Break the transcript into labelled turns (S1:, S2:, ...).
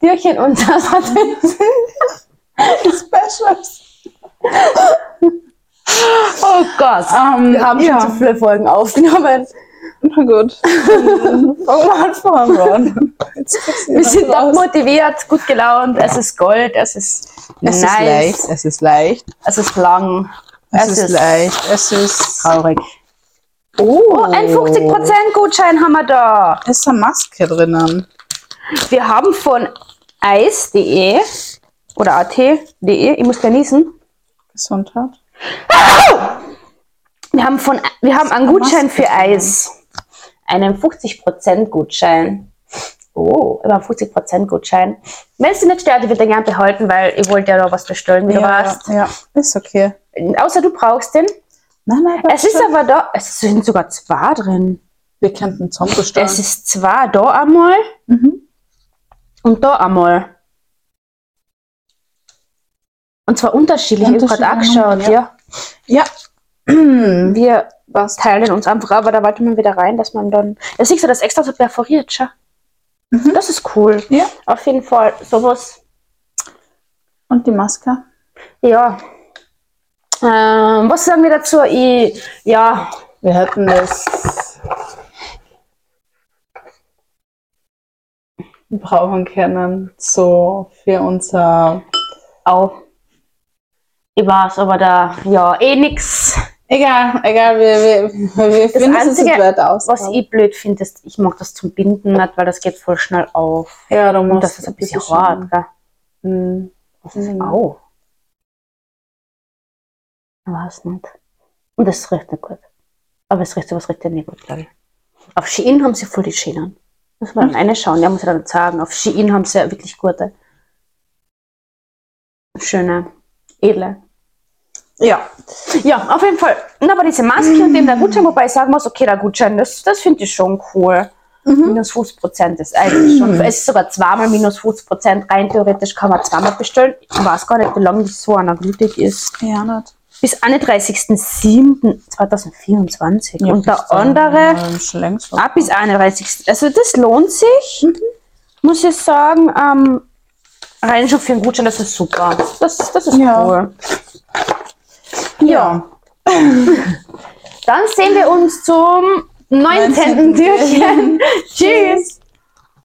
S1: Türchen und das hat den Sinn. Specials.
S2: Oh Gott.
S1: Ähm, Wir haben
S2: ja.
S1: schon zu viele Folgen aufgenommen.
S2: Na gut. Fangen wir halt vorne an.
S1: Wir sind auch motiviert, gut gelaunt. Es ist Gold, es ist
S2: Es ist
S1: nice,
S2: leicht, es ist leicht,
S1: es ist lang,
S2: es, ist, leicht, es ist.
S1: traurig. Oh, ein 50% Gutschein haben wir da.
S2: Ist eine Maske drinnen.
S1: Wir haben von eis.de oder at.de, ich muss gleich niesen.
S2: Gesundheit.
S1: Wir haben, von, wir haben einen
S2: eine
S1: Gutschein
S2: Maske
S1: für Eis. Einen 50% Gutschein. Oh, über einen 50% Gutschein. Wenn es dich nicht stört, ich würde den gerne behalten, weil ich wollte ja noch was bestellen, wie du warst.
S2: ja, ist okay.
S1: Außer du brauchst den.
S2: Nein, nein,
S1: Es ist aber da, es sind sogar zwei drin.
S2: Wir könnten einen Zombie
S1: Es ist zwei da einmal
S2: Mhm.
S1: und da einmal. Und zwar unterschiedlich, ich habe gerade
S2: Unterschiedliche
S1: angeschaut,
S2: Nummern,
S1: ja.
S2: Ja.
S1: Wir teilen uns einfach, aber da wollte man wieder rein, dass man dann. Das siehst du, das extra so perforiert, schau.
S2: Mhm.
S1: Das ist cool.
S2: ja.
S1: Auf jeden Fall, sowas.
S2: Und die Maske?
S1: Ja. Ähm, was sagen wir dazu? Ich, ja,
S2: Wir hätten das. brauchen können, so für unser.
S1: auch. Ich weiß, aber da, ja, eh nix.
S2: Egal, egal, wir, wir, wir finden es
S1: Einzige,
S2: nicht weiter aus.
S1: Was ich blöd finde, ist, ich mag das zum Binden nicht, weil das geht voll schnell auf.
S2: ja, du musst
S1: Und das ist Mm. ein bisschen hart, gell?
S2: Mhm.
S1: Au. Ich weiß nicht. Und es riecht nicht gut. Aber es riecht sowas riecht ja nicht gut, glaube ich. Auf Shein haben sie voll die Schienen. Muss man dann eine schauen, ja, muss ich dann sagen. Auf Shein haben sie ja wirklich gute. Schöne, edle.
S2: Ja,
S1: Ja, auf jeden Fall. Und aber diese Maske und dem der Gutschein, wobei ich sagen muss, okay, der Gutschein, das, das finde ich schon cool. Minus 50 Prozent ist eigentlich schon.
S2: Hm.
S1: Es ist sogar zweimal minus 50 Prozent. Rein theoretisch kann man zweimal bestellen. Ich weiß gar nicht, wie lange das so einer gültig ist.
S2: ja, nicht.
S1: Bis 31.07.2024.
S2: Ja,
S1: und der
S2: das ist
S1: andere
S2: dann äh, schon längst so.
S1: ab bis 31. Also das lohnt sich,
S2: Mhm.
S1: muss ich sagen. Ähm, rein schon für einen Gutschein, das ist super. Das, das ist
S2: Ja.
S1: cool.
S2: Ja.
S1: Dann sehen wir uns zum 19.
S2: 19.
S1: Türchen. Tschüss.